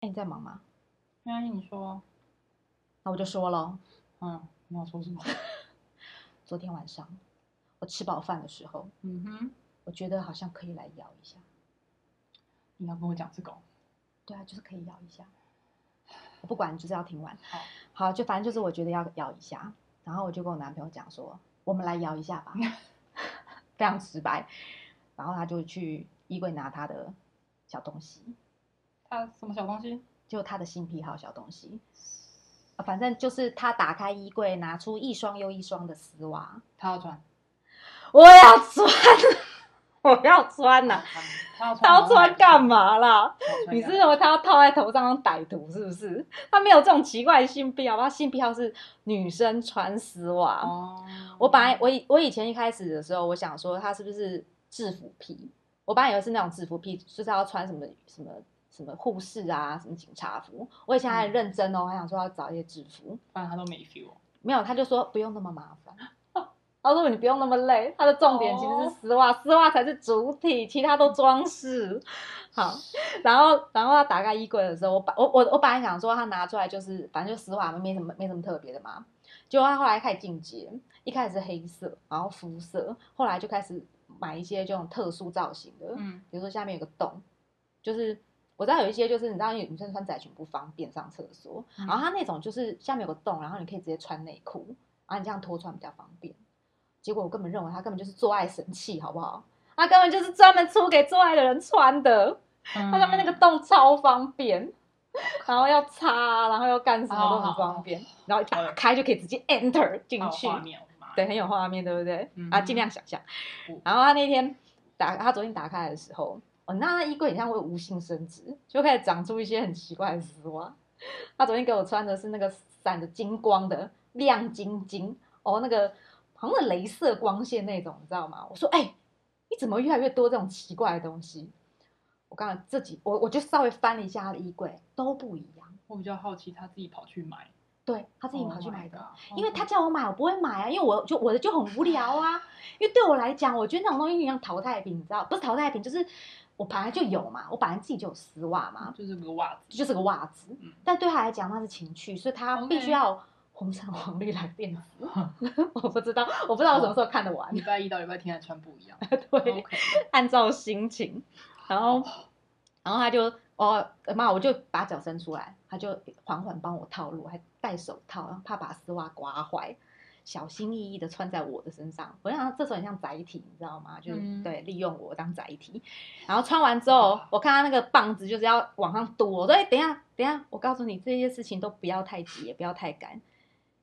哎在忙吗？没关系，你说。那我就说喽，嗯，你要说什么？ 昨天晚上我吃饱饭的时候，嗯哼，我觉得好像可以来摇一下。你要跟我讲这个哦？对啊，就是可以摇一下。我不管，就是要听完。好，好，就反正就是我觉得要摇一下，然后我就跟我男朋友讲说，我们来摇一下吧， 非常直白。然后他就去衣柜拿他的小东西，他什么小东西？就他的新癖好小东西，啊反正就是他打开衣柜，拿出一双又一双的丝袜，他要穿，我要穿，我要穿 呐、他要穿，啊他要穿干？嘛啦？你是是认为他要套在头上当歹徒是不是？他没有这种奇怪的性癖好不好？性癖好是女生穿丝袜。哦，我本来我以我以前一开始的时候，我想说他是不是制服癖？我本来以为是那种制服癖，就是要穿什么什么什么护士啊，什么警察服。我以前还很认真哦，还想说要找一些制服，反正他都没 feel。哦没有，他就说不用那么麻烦。 他说你不用那么累，他的重点其实是丝袜，丝袜才是主体，其他都装饰。好，然后然后他打开衣柜的时候，我把我我我本来想说他拿出来就是反正就丝袜嘛，没什么没什么特别的嘛。结果他后来开始进阶，一开始是黑色，然后肤色，后来就开始买一些这种特殊造型的，嗯，比如说下面有个洞，就是我知道有一些就是你知道有女生穿窄裙不方便上厕所，嗯然后它那种就是下面有个洞，然后你可以直接穿内裤，然后你这样脱穿比较方便。结果我根本认为他根本就是做爱神器，好不好？他根本就是专门出给做爱的人穿的，他它上面那嗯个洞超方便。然后要擦，啊然后要干什么都很好好方便，然后一打开就可以直接 enter 进去，画面，我的妈呀对，很有画面，对不对？嗯啊，尽量想象嗯。然后他那天打，他昨天打开的时候，哦，那那衣柜很像会无性生殖，就开始长出一些很奇怪的丝袜。他昨天给我穿的是那个闪着金光的亮晶晶，哦，那个好像是镭射光线那种，你知道吗？我说，哎、你怎么越来越多这种奇怪的东西？我刚才自己，我我就稍微翻了一下他的衣柜，都不一样。我比较好奇他自己跑去买，，Oh 对他他自己跑去买的，因为他他叫我买，我不会买啊，因为我就我的就很无聊啊。因为对我来讲，我觉得那种东西有点像淘汰品，你知道？不是淘汰品，就是我本来就有嘛，我本来自己就有丝袜嘛，就是个袜子，就是个袜子嗯。但对他来讲，那是情趣，所以他 OK 必须要红橙黄绿来辨识。 我不知道，我不知道我什么时候看得完 礼。拜一到礼拜天还穿不一样。对， OK，按照心情，然后，然后他就哦妈，我就把脚伸出来，他就缓缓帮我套路，还戴手套，然后怕把丝袜刮坏，小心翼翼的穿在我的身上。我想这时候很像载体，你知道吗？就是、嗯对，利用我当载体。然后穿完之后，我看他那个棒子就是要往上嘟，我说：“哎，等一下，等一下，我告诉你，这些事情都不要太急，也不要太赶，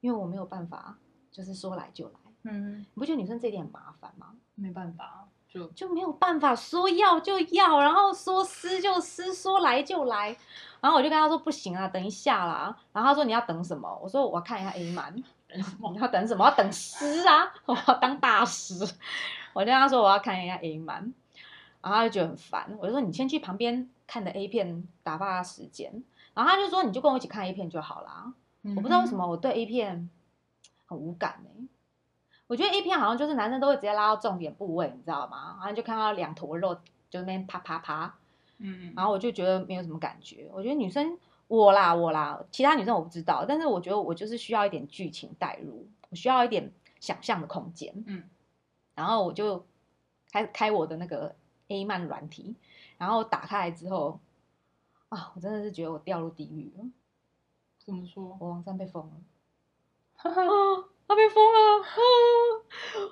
因为我没有办法，就是说来就来。嗯，你不觉得女生这一点很麻烦吗？”没办法，就就没有办法说要就要，然后说撕就撕，说来就来。然后我就跟他说不行啊，等一下啦。然后他说你要等什么？我说我要看一下 A 满，人什么你要等什么？我要等师啊， 我要当大师。我就跟他说我要看一下 A 满，然后他就觉得很烦。我就说你先去旁边看的 A 片打发时间。然后他就说你就跟我一起看 A 片就好啦。我不知道为什，么我对 A 片很无感哎、我觉得 A 片好像就是男生都会直接拉到重点部位，你知道吗？然后就看到两坨肉就那边啪啪啪，嗯嗯，然后我就觉得没有什么感觉。我觉得女生我啦我啦，其他女生我不知道，但是我觉得我就是需要一点剧情带入，我需要一点想象的空间。嗯，然后我就开开我的那个 A 漫软体，然后打开来之后，啊，我真的是觉得我掉入地狱了。怎么 说？我网站被封了，啊，他被封了，啊！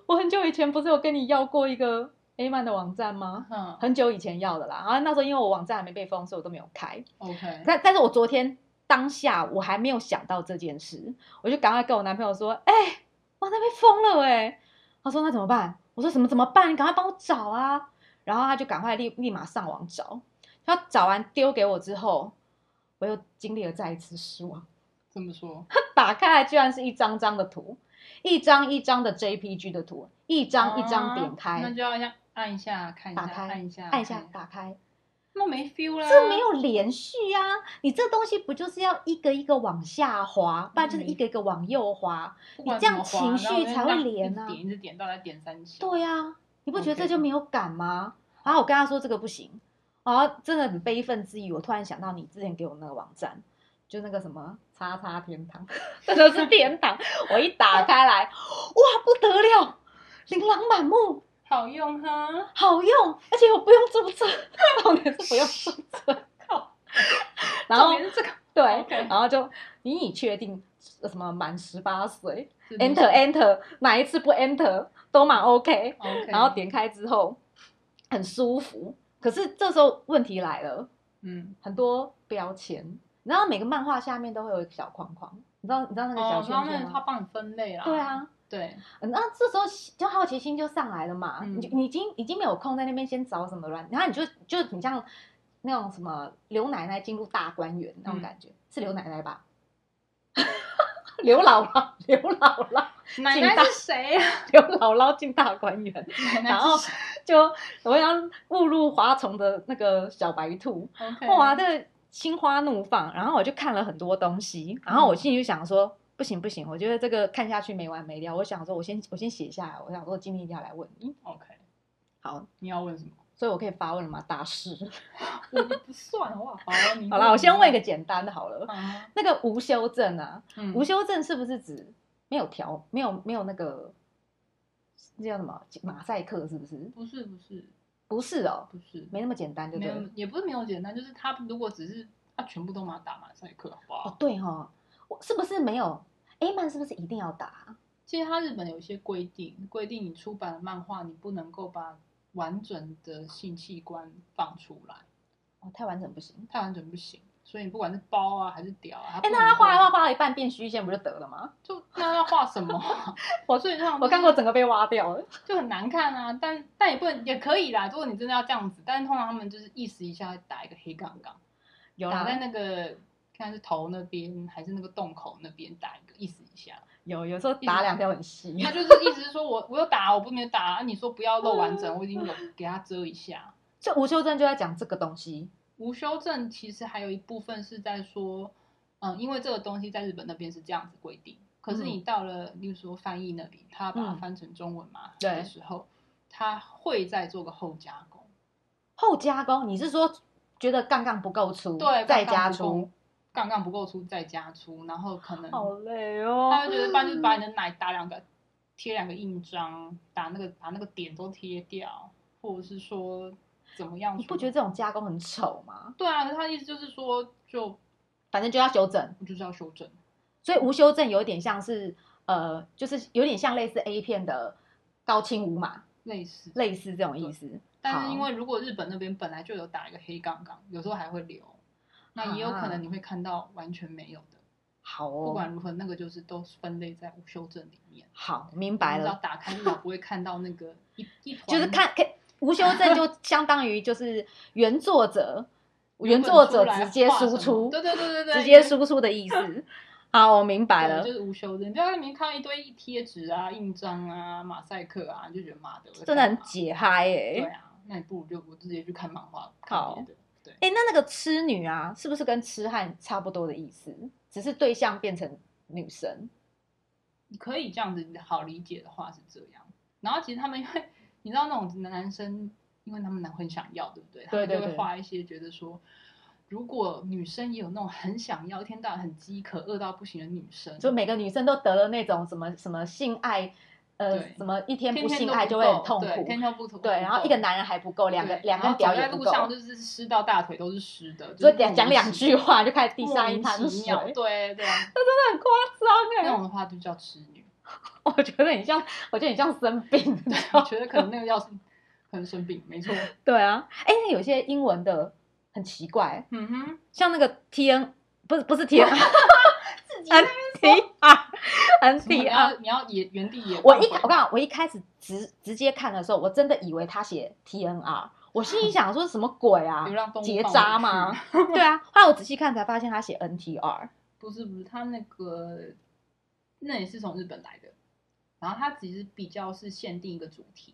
我很久以前不是有跟你要过一个 A 漫的网站吗？嗯很久以前要的啦，然后那时候因为我网站还没被封，所以我都没有开。 ，OK，但但是我昨天当下我还没有想到这件事，我就赶快跟我男朋友说：“哎、网站被封了哎、他说：“那怎么办？”我说：“什么怎么办？你赶快帮我找啊！”然后他就赶快立立马上网找，他找完丢给我之后，我又经历了再一次失望。怎么说？打开来居然是一张张的图，一张一张的 JPG 的图，一张一张点啊那开，就要像按一下，看一下，打开按一下，按一下，打开，那没 feel 啦，这没有连续啊！你这东西不就是要一个一个往下滑，不然就是一个一个往右滑？不管你这样怎么情滑绪才会连啊然后就这样一直点一直点到来点三下，对呀、啊，你不觉得啊 OK 这就没有感吗？然后我跟他说这个不行，然后真的很悲愤之余，我突然想到你之前给我那个网站，就那个什么“叉叉天堂”， 真的是天堂。我一打开来，哇，不得了，琳琅满目，好用哈，好用，而且我不用注册， 重点是不用注册。靠 然后重点是这个对 OK 然后就你已确定呃什么满十八岁是不是，enter enter，哪一次不 enter 都蛮 OK。 OK， 然后点开之后很舒服。可是这时候问题来了，嗯，很多标签，然后每个漫画下面都会有一个小框框，你知道你知道那个小哦，圈他圈们他吗？帮你分类啦，对，啊，对，然后这时候就好奇心就上来了嘛，嗯你就你已经已经没有空在那边先找什么乱，然后你就就你像那种什么刘奶奶进入大观园那种感觉，是刘奶奶吧？ 刘姥姥，刘姥姥，奶奶是谁啊？刘姥姥进大观园，奶奶然后是谁就我想误入花丛的那个小白兔， OK， 哇，这个心花怒放。然后我就看了很多东西，然后我心里就想说，不行不行，我觉得这个看下去没完没了。我想说，我先我先写下来，我想说今天一定要来问你。 OK，好，你要问什么？ 所以我可以发问了吗？大师，我不算好不好？好你好啦，我先问一个，个简单的好了。啊那个无修正啊，嗯无修正是不是指没有调，没有没有那个那叫什么马赛克？是不是？不是不是不是哦，不是，没那么简单，对不没对有了？也不是没有简单，就是他如果只是他全部都马打马赛克，好不哦好？，对哈、哦，我是不是没有 A 漫是不是一定要打啊？其实他日本有一些规定，规定你出版的漫画你不能够把完整的性器官放出来，哦，太完整不行。太完整不行。所以你不管是包啊还是屌啊，哎，不那能他画一画够画到一半变虚线不就得了吗？就那要画什么啊、我 所以那种我看过整个被挖掉了。就很难看啊，但但也不能也可以啦。如果你真的要这样子，但是通常他们就是意思一下打一个黑杠杠，有打啦，在那个看是头那边还是那个洞口那边打一个意思一下。有有时候打两条很细。 他就是意思是说我我有打，我不没有打，啊、你说不要露完嗯整，我已经有给他遮一下。这吴修正就在讲这个东西，无修正其实还有一部分是在说，嗯，因为这个东西在日本那边是这样子规定，可是你到了，例如说翻译那里，他把它嗯翻成中文嘛、对的时候，他会再做个后加工，后加工，你是说觉得杠杠不够粗，对，再杠杠加不够粗，，杠杠不够粗再加粗，然后可能好累哦。他会觉得，不然就是把你的奶打两个，贴两个印章，打那个把那个点都贴掉，或者是说怎么样？你不觉得？这种加工很丑吗？对啊，可是他的意思就是说，就反正就要修正，就是要修正。所以无修正有点像是呃，就是有点像类似 A 片的高清无码，类似，类似这种意思。但是因好为如果日本那边本来就有打一个黑杠杠，有时候还会留，那也有可啊能你会看到完全没有的。好哦，不管如何，那个就是都分类在无修正里面。好，明白你只要了，打开电脑不会看到那个一一团，就是看看无修正就相当于就是原作者，原 原本作出者来直接画什输么出，对对对对对，直因接为输出的意思。好，我明白对了就，是无修正。你不要在里面看到一堆贴纸啊、印章啊、马赛克啊，你就觉得妈的，我在真的干很嘛解嗨对哎。啊，那你不如就我直接去看漫画，看别的。对，哎，那那个痴女啊，是不是跟痴汉差不多的意思？只是对象变成女生。你可以这样子好理解的话是这样。然后其实他们因为你知道那种男生，因为他们男很想要，对不对？他对们对就会对画一些觉得说。如果女生也有那种很想要、一天到晚很饥渴、饿到不行的女生，就每个女生都得了那种什么什么性爱，呃，对什么一天不天性都爱不就会很够痛对天苦，天不同对，然后一个男人还不够，两个两个屌也在不路够，上就是湿到大腿都是湿的，所以就讲讲两句 话就开始地上一滩水，啊水，对对，啊 很夸张那哎、种的话就叫痴 女。我觉得你像，我觉得你像生病。我觉得可能那个叫可能生病，没错。 对啊，哎、那有些英文的很奇怪、嗯哼，像那个 T N 不是不是 T N 自 N T R N 你 T R。要你要也原地也啊我一我告诉你我一开始直直接看的时候，我真的以为他写 T N R，我心里想说什么鬼啊 流，浪动物结放扎回去 吗？？对啊，后来我仔细看才发现他写 N T R。不是不是，他那个那也是从日本来的，然后他其实比较是限定一个主题，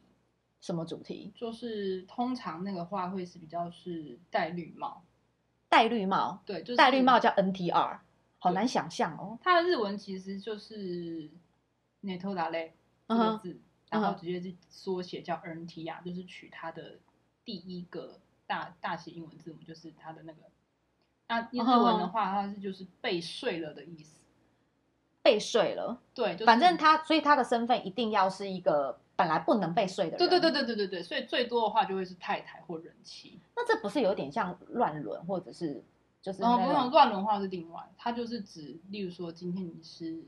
什么主题？就是通常那个话会是比较是戴绿帽，戴绿帽，对，就是戴绿帽叫 N T R，好难想象哦。它的日文其实就是“ n e t o d a l e 这嗯哼个字，然嗯后哼直接是缩写叫 “NT” 啊，就是取它的第一个大大写英文字母，就是它的那个。那日文哦的话，它是就是被睡了的意思。被睡了，对，就是反正他，所以他的身份一定要是一个本来不能被睡的人。对对对，对对对对，所以最多的话就会是太太或人妻。那这不是有点像乱伦，或者是就是然后那哦不用种乱伦话是另外，它就是指，例如说今天你是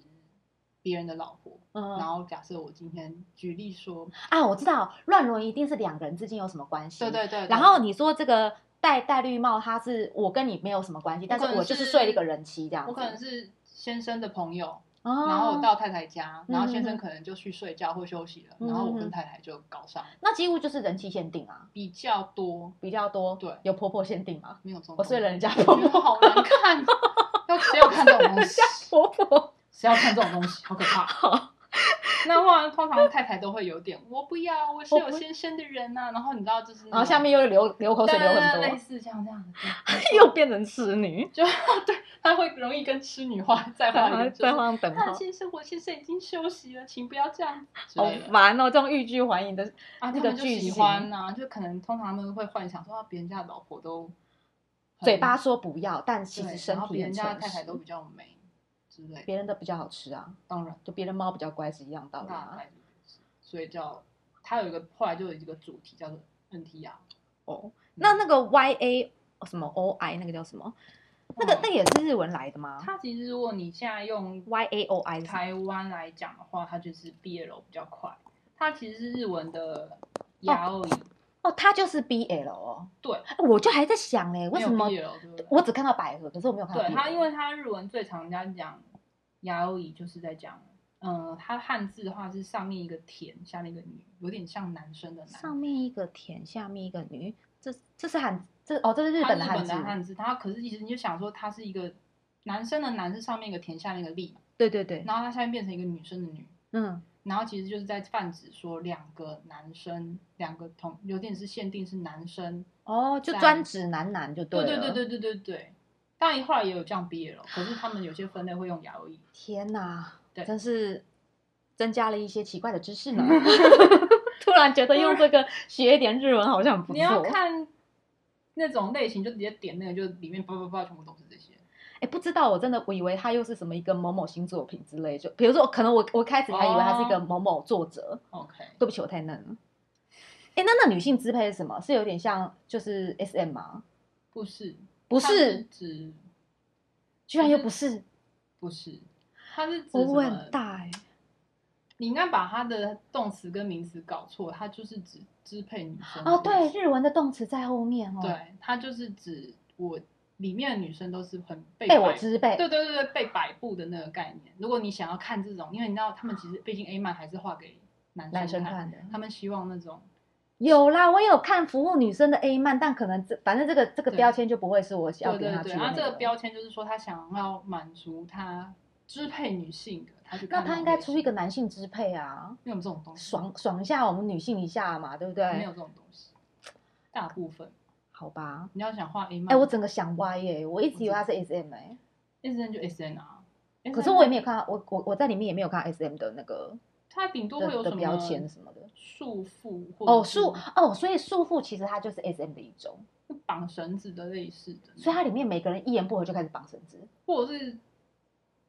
别人的老婆，然嗯后假设我今天举例说，啊，我知道乱伦一定是两个人之间有什么关系。对对对，对然后你说这个戴戴绿帽，他是我跟你没有什么关系，但是可能我就是是睡了一个人妻这样子。我可能是先生的朋友，哦，然后我到太太家，然后先嗯嗯生嗯可能就去睡觉或休息了，嗯然后我嗯嗯跟太太就搞上了，那几乎就是人妻限定啊，比较多，比较多。对有婆婆限定吗？没有中。我睡了人家我婆觉得婆，好难看， 要谁要看这种东西？婆婆。 谁要看这种东西？好可怕。好， 那不然通常太太都会有点，我不要，我是我有不先生的人啊呐、然后你知道就是那种，然后下面又流流口水嗯对流对很对类多，似像这样的，又变成痴女，就对，他会容易跟痴女画在画在里，就 在是画上等那号。先生，我先生已经休息了，请不要这样子之好类的。烦哦，这种欲拒还迎的，那啊，他个们就剧喜情欢呐、就可能通常他们会幻想说，啊别人家的老婆都很嘴巴说不要，但其对，实身然后体别人很家诚的太太实都比较美之类的。别人的比较好吃啊，当然，就别人猫比较乖是一样道理那啊。太所以叫他有一个后来就有一个主题叫做 NTR，哦，那那个 Y A 哦什么 O I 那个叫什么？那个嗯那个也是日文来的吗它其实如果你现在用？Y A O I 是什么台湾来讲的话，它就是 BL 比较快，它其实是日文的牙欧语，哦，它就是 B L 哦。对，哎我就还在想嘞，为没有什么 BL 对不对？我只看到百合，可是我没有看到对 BL。它，因为它日文最常人家讲牙欧语，就是在讲，嗯，它汉字的话是上面一个田，下面一个女，有点像男生的上男。面一个田，下面一个女，这这是汉这哦，这是日它本的日汉本字的。汉字，它可是其实你就想说，它是一个男生的男是上面一个田，下面一个立嘛，对对对，然后它下面变成一个女生的女，嗯，然后其实就是在泛指说两个男生，两个同有点是限定是男生，哦，就在专指男男就对了。对对对对对对。当然后来也有这样 BL，可是他们有些分类会用摇椅。天哪，对真是增加了一些奇怪的知识 呢。 突然觉得用这个学一点日文好像很不错。你要看那种类型，就直接点那个，就里面叭叭叭全部都是这些。哎，不知道，我真的我以为他又是什么一个某某新作品之类，就比如说，可能我我开始还以为他是一个哦某某作者， OK，对不起，我太嫩了。哎，那那女性支配是什么？是有点像就是 S M 吗？不是，不它是，指居然又不是，不是，它是指我什问很么？大哎、你应该把它的动词跟名词搞错，它就是指支配女生的哦，对意，思日文的动词在后面哦。，嗯对，它就是指我里面的女生都是很被被我摆支配。对对对对，被摆布的那个概念。如果你想要看这种，因为你知道他们其实毕竟 A 漫还是画给男男生生看的他们希望那种有啦，我有看服务女生的 A 漫，但可能这反正这个这个对标签就不会是我要对给对他去对，的、然那后这个标签就是说他想要满足他支配女性的，他就那他应该出一个个男性支配啊，没有这种东西，爽爽一下我们女性一下嘛，对不对？没有这种东西，大部分好吧。你要想画 A 漫，哎、我整个想歪耶、我一直以为他是 S M 哎、 S N 就 S N 啊，可是我也没有看到，我我我在里面也没有看到 S M 的那个他顶多的会有什的么标签什么的。束缚或哦，者是束哦，所以束缚其实它就是 S M 的一种，绑绳子的类似的那种，所以它里面每个人一言不合就开始绑绳子。或者是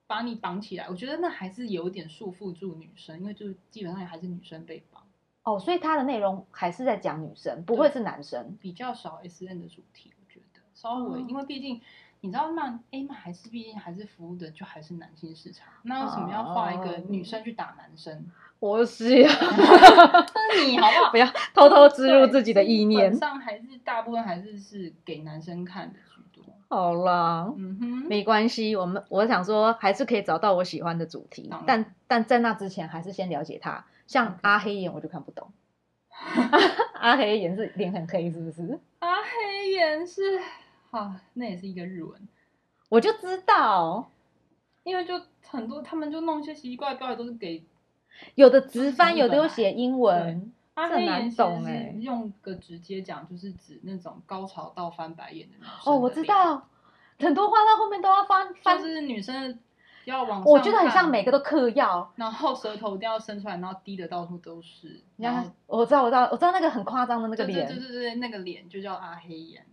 把你绑起来，我觉得那还是有点束缚住女生，因为就是基本上还是女生被绑，哦，所以它的内容还是在讲女生，不会是男生。比较少 S N 的主题，我觉得稍微，哦因为毕竟你知道漫 A 漫还是毕竟还是服务的就还是男性市场，那为什么要画一个哦女生去打男生？我是那你好不好？ 不要偷偷植入对 自己的意基本念。上还是大部分还是是给男生看的居多。好啦，嗯哼，没关系，我们我想说还是可以找到我喜欢的主题当，然但但在那之前还是先了解它。像 OK 阿黑眼我就看不懂， 阿黑眼是脸很黑是不是？阿啊黑眼是啊，那也是一个日文。我就知道因为就很多他们就弄一些奇怪的标语，都是给有的直翻，从日有的有本来啊写英文。阿这啊黑难眼其懂实欸是用个直接讲，就是指那种高潮到翻白眼的女生哦，的脸我知，道，很多话到后面都要翻翻就。是女生的要往我上觉得很看像每个都嗑药。然后舌头一定要伸出来，然后滴的到处都是。你看然后， 我知道，我知道，我知道那个很夸张的那个对对脸，对对对，那个脸就叫阿黑眼。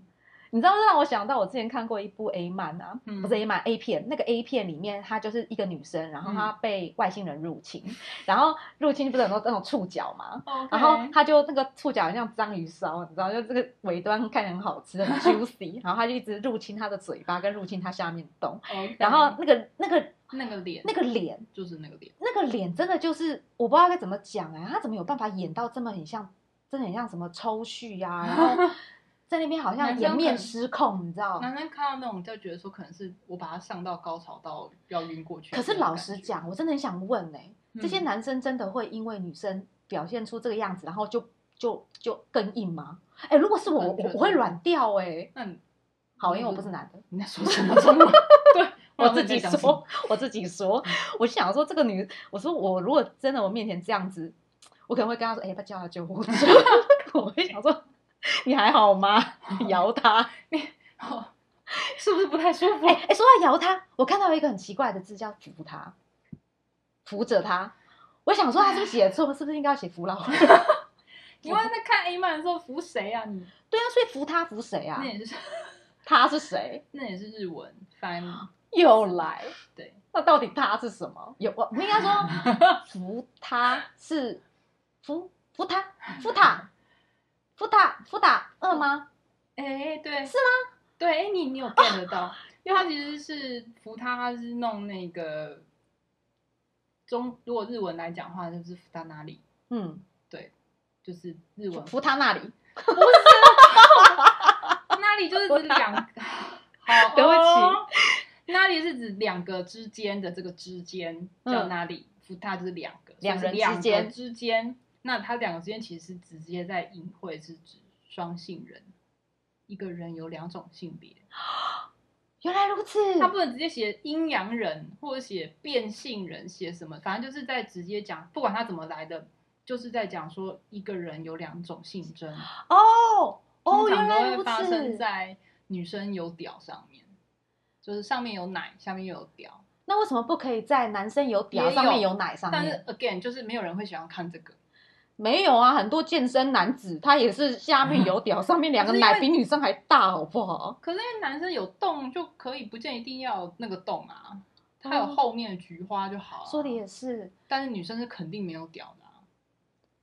你知道，这让我想到我之前看过一部 A 漫啊，嗯不是 A 漫 A 片，那个 A 片里面她就是一个女生，然后嗯她被外星人入侵，然后入侵不是很多那种触角嘛，哦哦然后 OK 她就那个触角很像章鱼烧，你知道，就这个尾端看起来很好吃，很 juicy，然后她就一直入侵她的嘴巴跟入侵她下面的洞， OK 然后那个那个哦那个脸，那个脸。就是那个脸，那个脸真的就是我不知道该怎么讲哎、他怎么有办法演到这么很像，真的很像什么抽蓄呀、然 后在那边好像颜面失控，你知道？男生看到那种就觉得说，可能是我把他上到高潮到要晕过去。可是老实，讲，我真的很想问哎、这些嗯男生真的会因为女生表现出这个样子，然后就就就更硬吗？哎、如果是我，我觉我得我会软掉哎、那你好，因为我不是男的。你在说什么 中文？ 对，我不知道自你己在讲什说么，，我自己说，我就想说这个女，我说我如果真的我面前这样子，我可能会跟她说，哎、她叫她救护车， 我会想说你还好吗？摇她，哦 是不是不太舒服哎、？哎、说到摇她，我看到一个很奇怪的字叫扶她，扶着她，我想说她是不是写错，是不是应该要写扶老？你万一在看 A 漫的时候扶谁啊？你对啊，所以扶她扶谁啊那？也是她是谁？那也是日文翻又来，对，那到底她是什么？有我应该说 扶她是扶扶她扶她扶她扶她二吗？哎，对，是哦吗？对，哎，你你有 get 得到？因为他其实是扶他，他是弄那个中，如果日文来讲的话，就是扶他哪里，嗯，就是日文扶她那里。哦那里就是指 两，好，对不起，那里是指两个之间的这个之间嗯叫那里，扶他就是两个，两人所以是之间两个之间，那他两个之间其实直接在隐晦是指双性人，一个人有两种性别。原来如此，他不能直接写阴阳人或者写变性人，写什么，反正就是在直接讲，不管他怎么来的，就是在讲说一个人有两种性征，哦哦，通原常都来会如发生此。在女生有屌上面，就是上面有奶，下面又有屌。那为什么不可以在男生有屌也上面有有奶上但面？是 again，就是没有人会喜欢看这个，没有啊，很多健身男子他也是下面有屌，上面两 个可是因为奶比女生还大，好不好？可是因为男生有洞就可以，不见一定要有那个洞啊，他有后面的菊花就好了、哦啊说的也是，但是女生是肯定没有屌的、啊，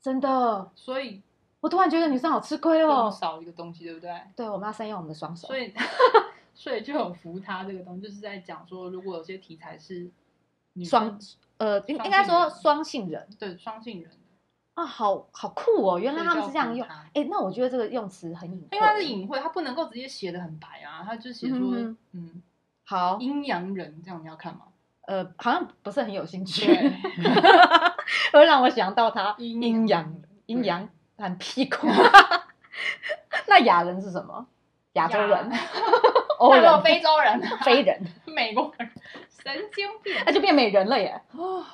真的。所以我突然觉得女生好吃亏这哦么。少一个东西，对不对？对，我们要善用我们的双手所。以 所以就有扶他这个东西，就是在讲说，如果有些题材是女双生呃，应双应该性说人双性人对双性人的，啊，好好酷哦！原来他们是所以这叫样扶用。他哎，那我觉得这个用词很隐晦，因为他是隐晦，他不能够直接写的很白啊，他就写说嗯哼嗯哼好，阴阳人这样，你要看吗？呃，好像不是很有兴 趣，对 会让我想到他阴阴阳阳阴阳很屁股。 那亚人是什么？亚洲人， 欧那如果人、非洲人、啊非 人，美国人，神经病那就变美人了耶。哦。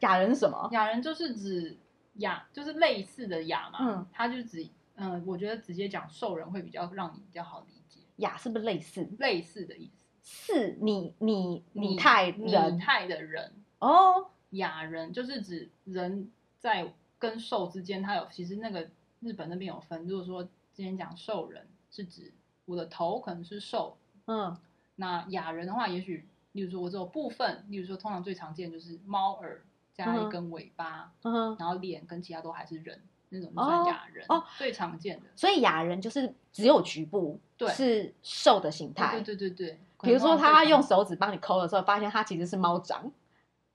亚人是什么？雅人就是指雅，就是类似的雅嘛，嗯，他就指嗯、我觉得直接讲兽人会比较让你比较好理解，亚是不是类似？类似的意思。是你你你拟太拟人态的人，哦，雅人就是指人在跟兽之间，它有其实那个日本那边有分。如果说今天讲兽人，是指我的头可能是兽，嗯那雅人的话，也许例如说我只有部分，例如说通常最常见就是猫耳加一根尾巴，嗯哼，然后脸跟其他都还是人，那种就算雅人哦哦最常见的。所以雅人就是只有局部对是兽的形态，对对对对对，比如说可能猫他耳最常用手指帮你抠的时候，发现它其实是猫掌，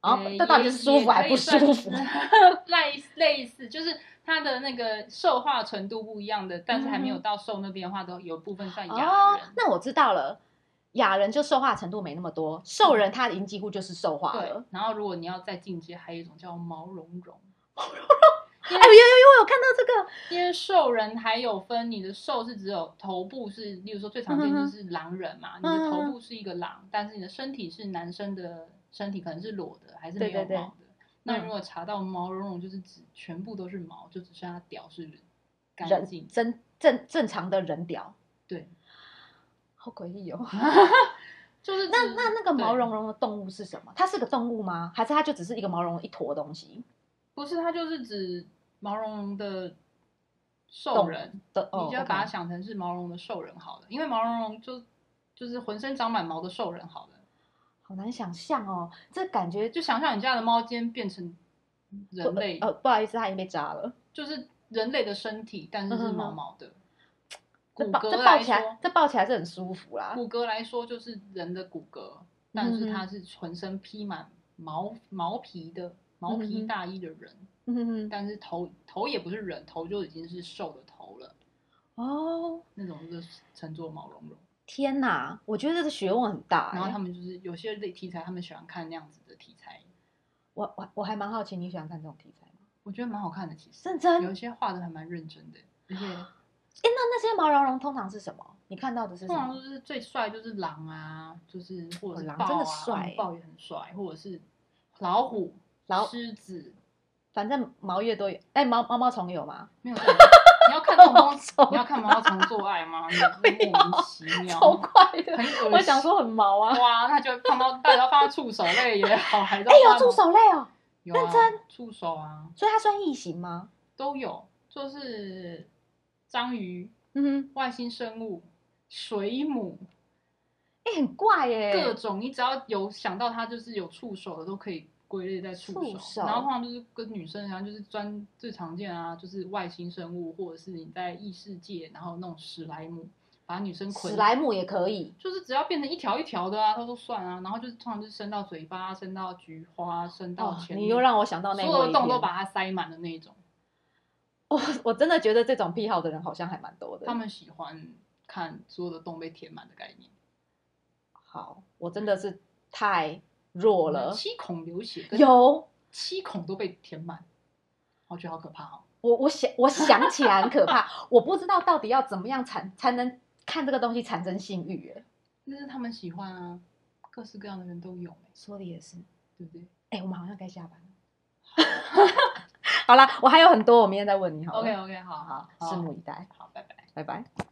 然后嗯哦这到底是舒服还不舒服？？ 也也可以算是 类类似，就是它的那个兽化程度不一样的，但是还没有到兽那边的话，都有部分算亚嗯哦人。，那我知道了，雅人就兽化程度没那么多，兽人他已经几乎就是兽化对了。，然后如果你要再进阶，还有一种叫毛茸茸，哎呦呦呦，我有看到这个，因为兽人还有分，你的兽是只有头部是，例如说最常见嗯就是狼人嘛，你的头部是一个狼，但是你的身体是男生的身体，可能是裸的，还是没有对对对嗯毛的。那如果查到毛茸茸，就是指全部都是毛，就只剩下屌是干净人 真正正常的人屌，对，好诡异哦。就是那只那那个毛对茸茸的动物是什么？它是个动物吗？还是它就只是一个毛茸茸一坨东西不是它就是指毛茸茸的兽动人，的？哦你就要把它 OK 想成是毛茸茸的兽人好了，因为毛茸茸就就是浑身长满毛的兽人好了，好难想象哦，这感觉就想象你家的猫今天变成人类，呃，不好意思，它已经被扎了。就是人类的身体，但是是嗯毛嗯嗯毛的。这骨抱骼这抱来起来说，，这抱起来是很舒服啦。骨骼来说就是人的骨骼，但嗯是它是浑身披满毛毛皮的毛嗯皮哼大衣的人，嗯但是头头也不是人，头就已经是兽的头了，哼，哦，那种就是称作毛茸茸。天哪，我觉得这个学问很大欸。然后他们就是有些类题材，他们喜欢看那样子的题材，我我我还蛮好奇，你喜欢看这种题材吗？我觉得蛮好看的。其实认真？有一些画的还蛮认真的，而且哎，那那些毛茸茸通常是什么？你看到的是什通常么？就是最帅就是狼啊，就是或者是哦豹狼真的啊，帅嗯豹也很帅，或者是老虎、老狮子，反正毛越多越，哎，毛毛毛虫有吗？没有这个你要看毛 毛虫你要看毛毛虫做爱 吗？你你莫名其妙，超快的，很恶哦心。我想说很毛啊。哇，那就放到到底要放到触手类也好，还是哎，有助手类哦，有啊认真触手啊所以它算异形吗？都有，就是章鱼、嗯外星生物、水母，哼，哎，很怪耶。各种你只要有想到它就是有触手的都可以。归类在触触手然后通常就是跟女生一样，就是专最常见啊，就是外星生物，或者是你在异世界，然后弄史莱姆，把女生捆史莱姆也可以，就是只要变成一条一条的啊，他说算啊，然后就是通常就是伸到嘴巴，伸到菊花，伸到哦，前面，你又让我想到那所一有部的洞都把它塞满的那一种。我我真的觉得这种癖好的人好像还蛮多的。他们喜欢看所有的洞被填满的概念，好，我真的是太弱了。七孔流血，有七孔都被填满，我觉得好可怕哦。我我想我想起来很可怕， 我不知道到底要怎么样产才能看这个东西产生性欲。哎，但是他们喜欢啊，各式各样的人都有、说的也是。对不对哎、我们好像该下班了。 好啦，我还有很多，我明天再问你好了。 ？OK OK，好好好，拭目以待，好，拜拜。拜拜。